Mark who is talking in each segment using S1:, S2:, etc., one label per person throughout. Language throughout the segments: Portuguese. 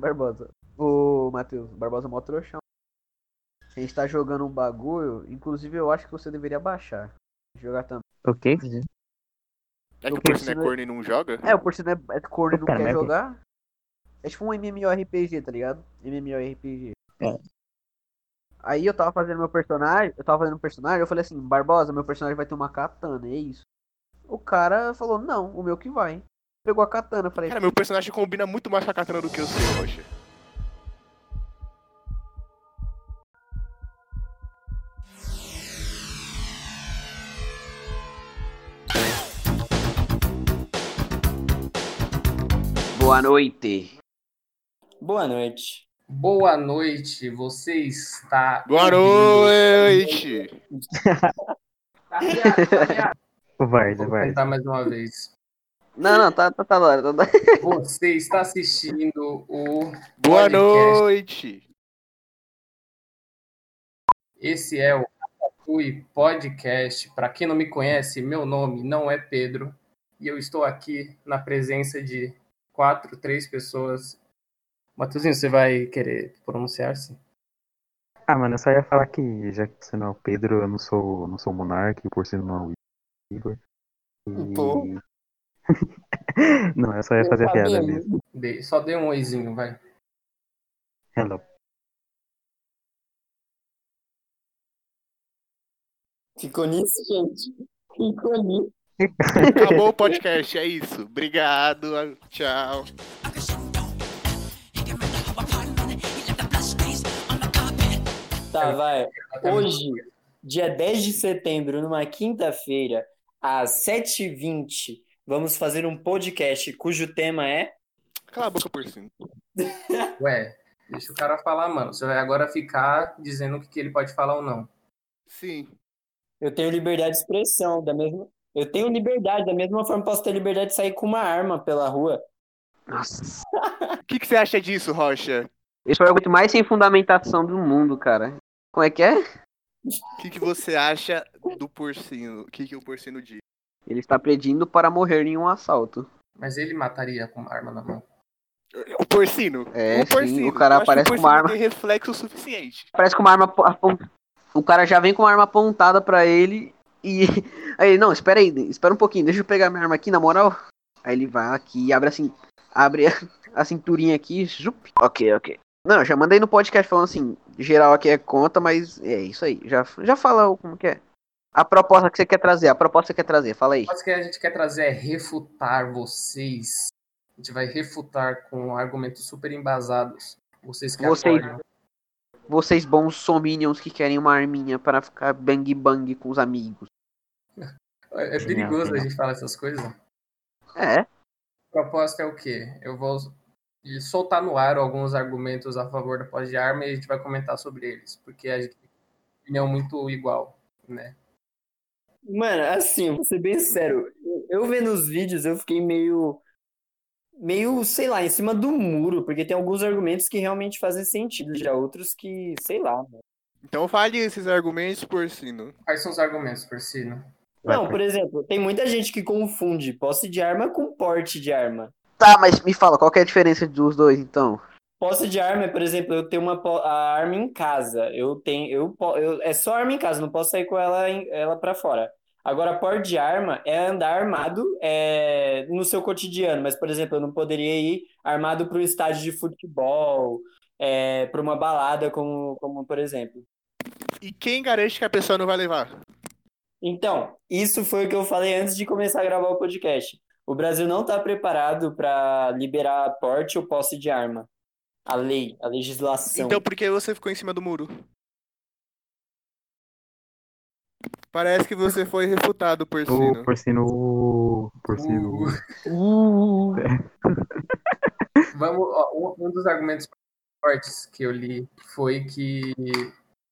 S1: Barbosa. Ô, Matheus, Barbosa é mó trouxão. A gente tá jogando um bagulho, inclusive eu acho que você deveria baixar. Jogar também.
S2: O quê?
S3: É que
S1: Eu
S3: o Porcino é
S1: preciso-
S3: corno e não joga?
S1: É, o Porcino é, é corno e não
S2: Cara,
S1: quer
S2: mas-
S1: jogar. É tipo um MMORPG, tá ligado? MMORPG.
S2: É.
S1: Aí eu tava fazendo meu personagem, eu tava fazendo um personagem, eu falei assim, Barbosa, meu personagem vai ter uma katana, é isso. O cara falou, não, o meu que vai. Pegou a katana, eu falei,
S3: Cara, meu personagem combina muito mais com a katana do que o seu, Rocha.
S1: boa noite.
S4: Boa noite.
S5: Boa noite, você está.
S3: Boa noite!
S5: Tá
S2: Varza,
S5: Vou
S2: varza.
S5: tentar Tá mais uma vez.
S1: Não, não, tá, tá, tá, da hora, tá, da hora.
S5: Você está assistindo o.
S3: Boa
S5: Podcast.
S3: noite!
S5: Esse é o Ratatouille Podcast. Para quem não me conhece, meu nome não é Pedro e eu estou aqui na presença de quatro, três pessoas. Matheusinho, você vai querer pronunciar-se?
S2: Ah, mano, eu só ia falar que já que você não é o Pedro, eu não sou, não sou o Monark, e por si não é o Igor. E...
S3: Pô.
S2: não, eu só ia fazer a piada mesmo.
S5: Dê- Só dê um oizinho, vai.
S2: Hello.
S4: Ficou nisso, gente? Ficou nisso.
S3: Acabou o podcast, é isso. Obrigado, tchau.
S4: Tá, vai. Hoje, dia 10 de setembro, numa quinta-feira, às 7h20, vamos fazer um podcast cujo tema é.
S3: Cala a boca, Porcino.
S5: Ué, deixa o cara falar, mano. Você vai agora ficar dizendo o que que ele pode falar ou não.
S3: Sim.
S4: Eu tenho liberdade de expressão, da mesma. Eu tenho liberdade, da mesma forma posso ter liberdade de sair com uma arma pela rua.
S1: Nossa,
S3: O que, que você acha disso, Rocha?
S1: esse foi o argumento mais sem fundamentação do mundo, cara. Como é que é?
S3: O que, que você acha do Porcino? O que, que o Porcino diz?
S1: Ele está pedindo para morrer em um assalto.
S5: Mas ele mataria com uma arma na mão.
S3: O Porcino?
S1: É,
S3: o Porcino.
S1: sim, o
S3: Eu
S1: cara
S3: acho que
S1: aparece
S3: o
S1: com
S3: Porcino
S1: uma arma.
S3: tem reflexo suficiente.
S1: Parece que uma arma apontada. O cara já vem com uma arma apontada pra ele e. Aí ele, não, espera aí, espera um pouquinho, deixa eu pegar minha arma aqui, na moral. Aí ele vai aqui e abre assim. Abre a- a cinturinha aqui. Zup. Ok, ok. Não, já mandei no podcast falando assim, geral aqui é conta, mas é isso aí. Já, já fala o- como que é. A proposta que você quer trazer, a proposta que você quer trazer, fala aí.
S5: Mas O que a gente quer trazer é refutar vocês. A gente vai refutar com argumentos super embasados. Vocês que
S1: Vocês-
S5: apoiam.
S1: Vocês bons sominions que querem uma arminha para ficar bang bang com os amigos.
S5: É é
S2: Genial,
S5: perigoso a
S2: genial.
S5: gente falar essas coisas.
S1: É,
S5: A proposta é o quê? Eu vou soltar no ar alguns argumentos a favor da pós de arma e a gente vai comentar sobre eles, porque a gente tem opinião muito igual, né?
S4: Mano, assim, eu vou ser bem sério. eu- Eu vendo os vídeos, eu fiquei meio. Meio, sei lá, em cima do muro, porque tem alguns argumentos que realmente fazem sentido, já outros que, sei lá. mano.
S3: Então fale esses argumentos, Porcino.
S5: Quais são os argumentos, Porcino?
S2: Vai,
S4: Não,
S2: vai.
S4: por exemplo, tem muita gente que confunde posse de arma com porte de arma.
S1: tá, mas me fala, qual que é a diferença dos dois então?
S4: Posse de arma é, por exemplo, eu tenho uma po- a arma em casa. Eu tenho, eu, po- eu é só arma em casa, não posso sair com ela em- ela para fora. Agora, porte de arma é andar armado é, no seu cotidiano, mas, por exemplo, eu não poderia ir armado para um estádio de futebol, é, para uma balada, como, como por exemplo.
S3: E quem garante que a pessoa não vai levar?
S4: Então, isso foi o que eu falei antes de começar a gravar o podcast. O Brasil não está preparado para liberar porte ou posse de arma. A lei, a legislação.
S3: Então por que você ficou em cima do muro? Parece que você foi refutado, Porcino.
S2: O porcino. Porcino.
S5: Uh.
S1: Uh.
S5: Vamos, ó, um, um dos argumentos fortes que eu li foi que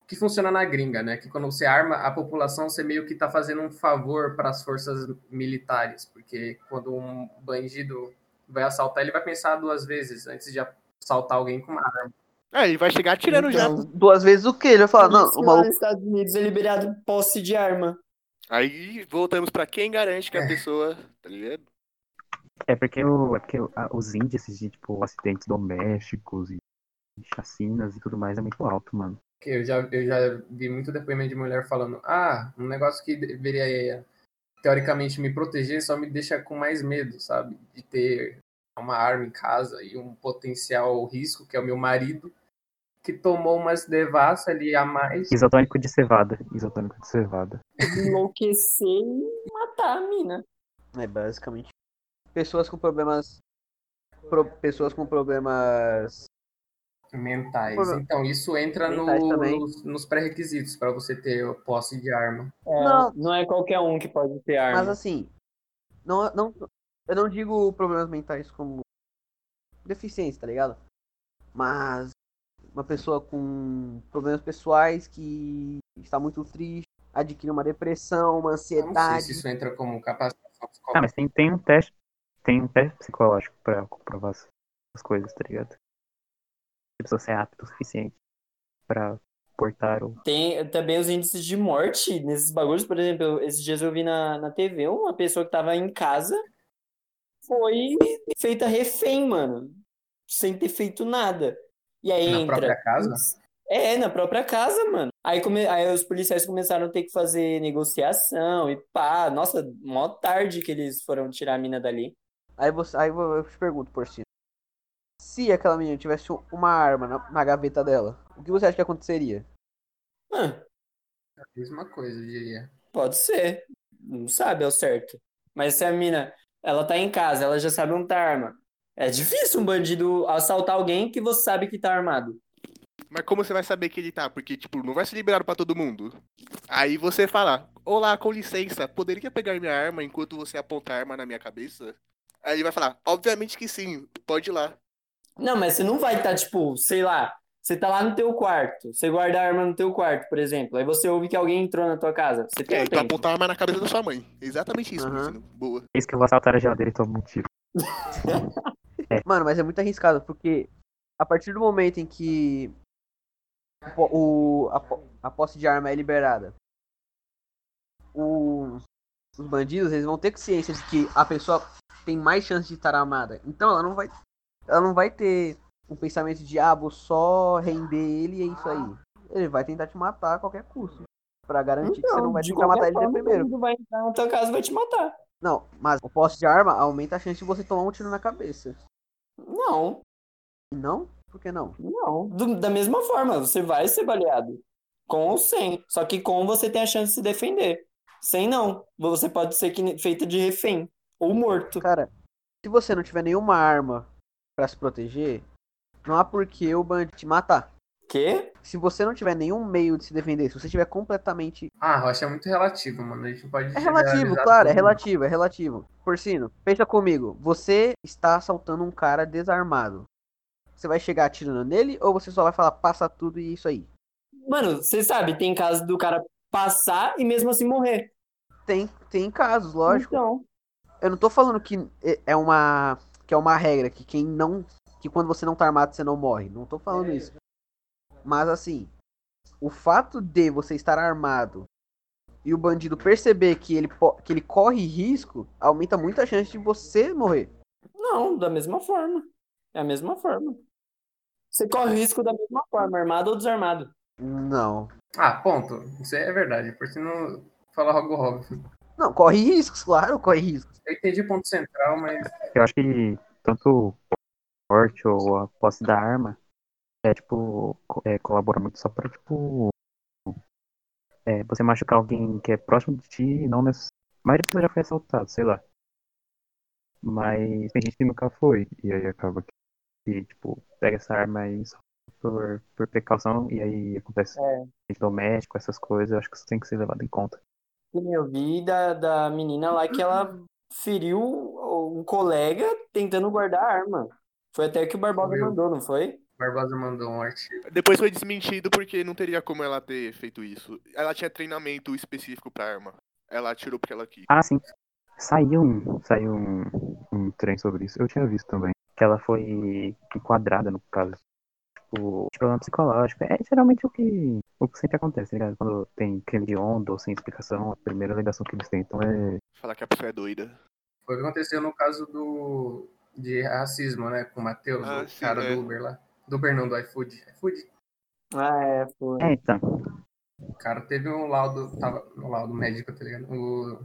S5: que funciona na gringa, né? Que quando você arma a população, você meio que tá fazendo um favor para as forças militares, porque quando um bandido vai assaltar, ele vai pensar duas vezes antes de assaltar alguém com uma arma.
S3: É, ele vai chegar atirando
S1: Então-
S3: já.
S1: Duas vezes o quê? Ele vai falar, não,
S4: Isso
S1: o
S4: lá
S1: maluco.
S4: nos Estados Unidos é liberado posse de arma.
S3: Aí voltamos pra quem garante que a pessoa. Tá ligado?
S2: É porque, o, é porque o- a- os índices de, tipo, acidentes domésticos e chacinas e tudo mais é muito alto, mano.
S5: Que Eu já, eu já vi muito depoimento de mulher falando: ah, um negócio que deveria teoricamente me proteger só me deixa com mais medo, sabe? De ter uma arma em casa e um potencial risco, que é o meu marido, que tomou umas devassas ali a mais.
S2: Isotônico de cevada. Isotônico de cevada.
S4: Enlouquecer e matar a mina.
S1: É basicamente. Pessoas com problemas. pro- pessoas com problemas.
S5: Mentais.
S1: Por-
S5: Então, isso entra no-
S1: Mentais também.
S5: nos, nos pré-requisitos para você ter posse de arma.
S4: É,
S1: Não.
S4: não. é qualquer um que pode ter arma.
S1: Mas assim. Não, não, eu não digo problemas mentais como. Deficiência, tá ligado? Mas. Uma pessoa com problemas pessoais que está muito triste, adquire uma depressão, uma
S5: Eu Não sei
S1: ansiedade.
S5: se isso entra como capacitação
S2: Ah,
S5: psicológica.
S2: mas tem, tem um teste. Tem um teste psicológico pra comprovar as, as coisas, tá ligado? Tipo, Se a pessoa ser apta o suficiente pra portar o.
S4: Tem também os índices de morte nesses bagulhos. Por exemplo, eu- esses dias eu vi na, na TV uma pessoa que tava em casa foi feita refém, mano. Sem ter feito nada. E aí
S5: Na
S4: entra.
S5: própria casa?
S4: É, na própria casa, mano. Aí, come... aí os policiais começaram a ter que fazer negociação e pá. Nossa, mó tarde que eles foram tirar a mina dali.
S1: Aí, você, aí eu eu te pergunto, por si. Se aquela menina tivesse um- uma arma na, na gaveta dela, o que você acha que aconteceria?
S4: Ah,
S5: Mesma coisa, eu diria.
S4: pode ser. Não sabe ao certo. Mas se a mina, ela tá em casa, ela já sabe onde tá a arma. É difícil um bandido assaltar alguém que você sabe que tá armado.
S3: Mas como você vai saber que ele tá? Porque, tipo, não vai ser liberado pra todo mundo. Aí você fala, olá, com licença, poderia pegar minha arma enquanto você aponta a arma na minha cabeça? Aí ele vai falar, obviamente que sim, pode ir lá.
S4: Não, mas você não vai estar, tá, tipo, sei lá, você tá lá no teu quarto, você guarda a arma no teu quarto, por exemplo. Aí você ouve que alguém entrou na tua casa. Você tem
S3: É,
S4: um
S3: então
S4: tempo.
S3: apontar a arma na cabeça da sua mãe. Exatamente isso,
S1: Aham.
S3: Luciano. Boa.
S2: Eis que eu vou assaltar a geladeira e tomo um tiro.
S1: Mano, mas é muito arriscado, porque a partir do momento em que po- o, a, po- a posse de arma é liberada, o- os bandidos eles vão ter consciência de que a pessoa tem mais chance de estar armada. Então ela não vai, ela não vai ter um pensamento de, ah, vou só render ele e é isso aí. Ele vai tentar te matar a qualquer custo. Pra garantir que você não vai
S4: Então, de
S1: tentar matar ele
S4: qualquer
S1: de
S4: forma,
S1: primeiro.
S4: todo mundo vai entrar na tua casa e vai te matar.
S1: Não, mas o posse de arma aumenta a chance de você tomar um tiro na cabeça.
S4: Não,
S1: E não? Por que não?
S4: não. Do- da mesma forma, você vai ser baleado. Com ou sem. Só que com você tem a chance de se defender. Sem não. Você pode ser que, ne- feito de refém. Ou morto.
S1: Cara, se você não tiver nenhuma arma pra se proteger, não há por que o bandido te matar.
S4: Quê?
S1: Se você não tiver nenhum meio de se defender, se você tiver completamente.
S5: Ah, Rocha é muito relativo, mano. A gente não pode.
S1: É relativo,
S5: generalizar
S1: claro, é
S5: tudo.
S1: relativo, é relativo. Porcino, pensa comigo. Você está assaltando um cara desarmado. Você vai chegar atirando nele ou você só vai falar passa tudo e é isso aí?
S4: Mano, você sabe, tem caso do cara passar e mesmo assim morrer.
S1: Tem, tem casos, lógico.
S4: Então,
S1: Eu não tô falando que é- é uma que é uma regra que quem não que quando você não tá armado você não morre. Não tô
S2: É.
S1: falando isso. Mas assim, o fato de você estar armado e o bandido perceber que ele po- que ele corre risco aumenta muito a chance de você morrer.
S4: não, da mesma forma. É a mesma forma. Você corre o risco da mesma forma, armado ou desarmado.
S1: Não.
S5: Ah, ponto. Isso é verdade. Por se não falar algo óbvio.
S1: Não, corre riscos, claro, corre riscos.
S5: Eu entendi o ponto central, mas
S2: Eu acho que tanto o porte ou a posse da arma é tipo co- é, colabora muito só pra tipo é, você machucar alguém que é próximo de ti e não necess... A maioria das pessoas já foi assaltado, sei lá. Mas tem gente que nunca foi. E aí acaba que, que, tipo, pega essa arma aí só por, por precaução e aí acontece
S4: É.
S2: acidente doméstico, essas coisas, eu acho que isso tem que ser levado em conta.
S4: que nem eu vi da, da menina lá que ela feriu um colega tentando guardar a arma. Foi até que o Barbosa
S5: Meu.
S4: mandou, não foi?
S5: Barbosa mandou um artigo.
S3: Depois foi desmentido porque não teria como ela ter feito isso. Ela tinha treinamento específico pra arma. Ela atirou porque ela quis.
S2: Ah, sim. Saiu um, saiu um, um trem sobre isso. Eu tinha visto também. Que ela foi enquadrada, no caso. Tipo, de problema psicológico. É geralmente o que, o que sempre acontece, tá ligado? Quando tem crime de onda ou sem explicação, a primeira alegação que eles tentam é
S3: Falar que a pessoa é doida.
S5: Foi o que aconteceu no caso do de racismo, né? Com o Matheus,
S3: Ah,
S5: o
S3: sim,
S5: cara
S3: é.
S5: do Uber lá. Do Uber não, do iFood. iFood.
S4: Ah, é, foi.
S2: É, então.
S5: O cara teve um laudo, tava no laudo médico, tá ligado? O-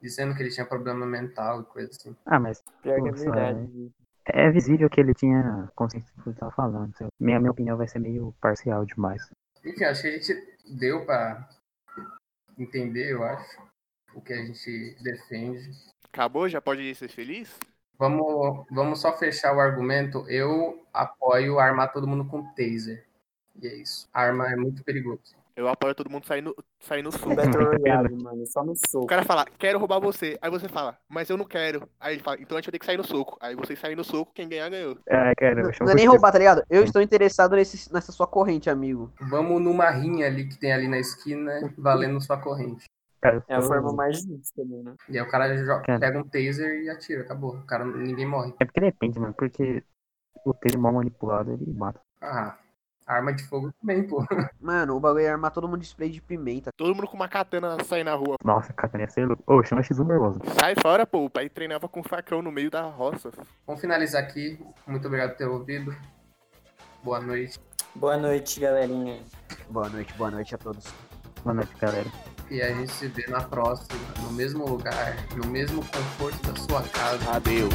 S5: Dizendo que ele tinha problema mental e coisa assim.
S2: Ah, mas
S4: Pior que é
S2: Nossa,
S4: verdade.
S2: é visível que ele tinha consciência do que ele tava falando. sei lá. Minha, minha opinião vai ser meio parcial demais.
S5: Enfim, acho que a gente deu pra entender, eu acho, o que a gente defende.
S3: Acabou? Já pode ser feliz?
S5: Vamos, vamos só fechar o argumento. Eu apoio armar todo mundo com taser. E é isso. Arma é muito perigoso.
S3: Eu apoio todo mundo sair no, sair no sul.
S4: Battle Royale, mano, só no
S3: O
S4: soco.
S3: cara fala, quero roubar você. Aí você fala, mas eu não quero. Aí ele fala, então a gente vai ter que sair no soco. Aí vocês saem no soco, quem ganhar ganhou.
S2: É, cara, eu
S1: Não,
S2: chamo
S1: é nem
S2: vocês-
S1: roubar, tá ligado? Eu estou interessado nesse, nessa sua corrente, amigo.
S5: Vamos numa rinha ali que tem ali na esquina, valendo sua corrente.
S2: cara, eu
S4: É a
S2: tô-
S4: forma mais justa também, né?
S5: E aí o cara joga,
S2: Cara.
S5: pega um taser e atira, acabou. O cara, ninguém morre.
S2: É porque depende, mano, porque o termo mal manipulado ele mata.
S5: Ah, arma de fogo também, pô.
S1: Mano, o bagulho é armar todo mundo de spray de pimenta.
S3: Todo mundo com uma katana sai na rua.
S2: Nossa, cara, ia ser louco. Ô, chama X1 nervoso.
S3: Sai fora, pô. O pai treinava com facão no meio da roça.
S5: Vamos finalizar aqui. Muito obrigado por ter ouvido. Boa noite.
S4: Boa noite, galerinha.
S1: Boa noite, boa noite a todos.
S2: Boa noite, galera.
S5: E a gente se vê na próxima, no mesmo lugar, no mesmo conforto da sua casa.
S3: Adeus.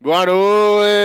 S3: Boa noite!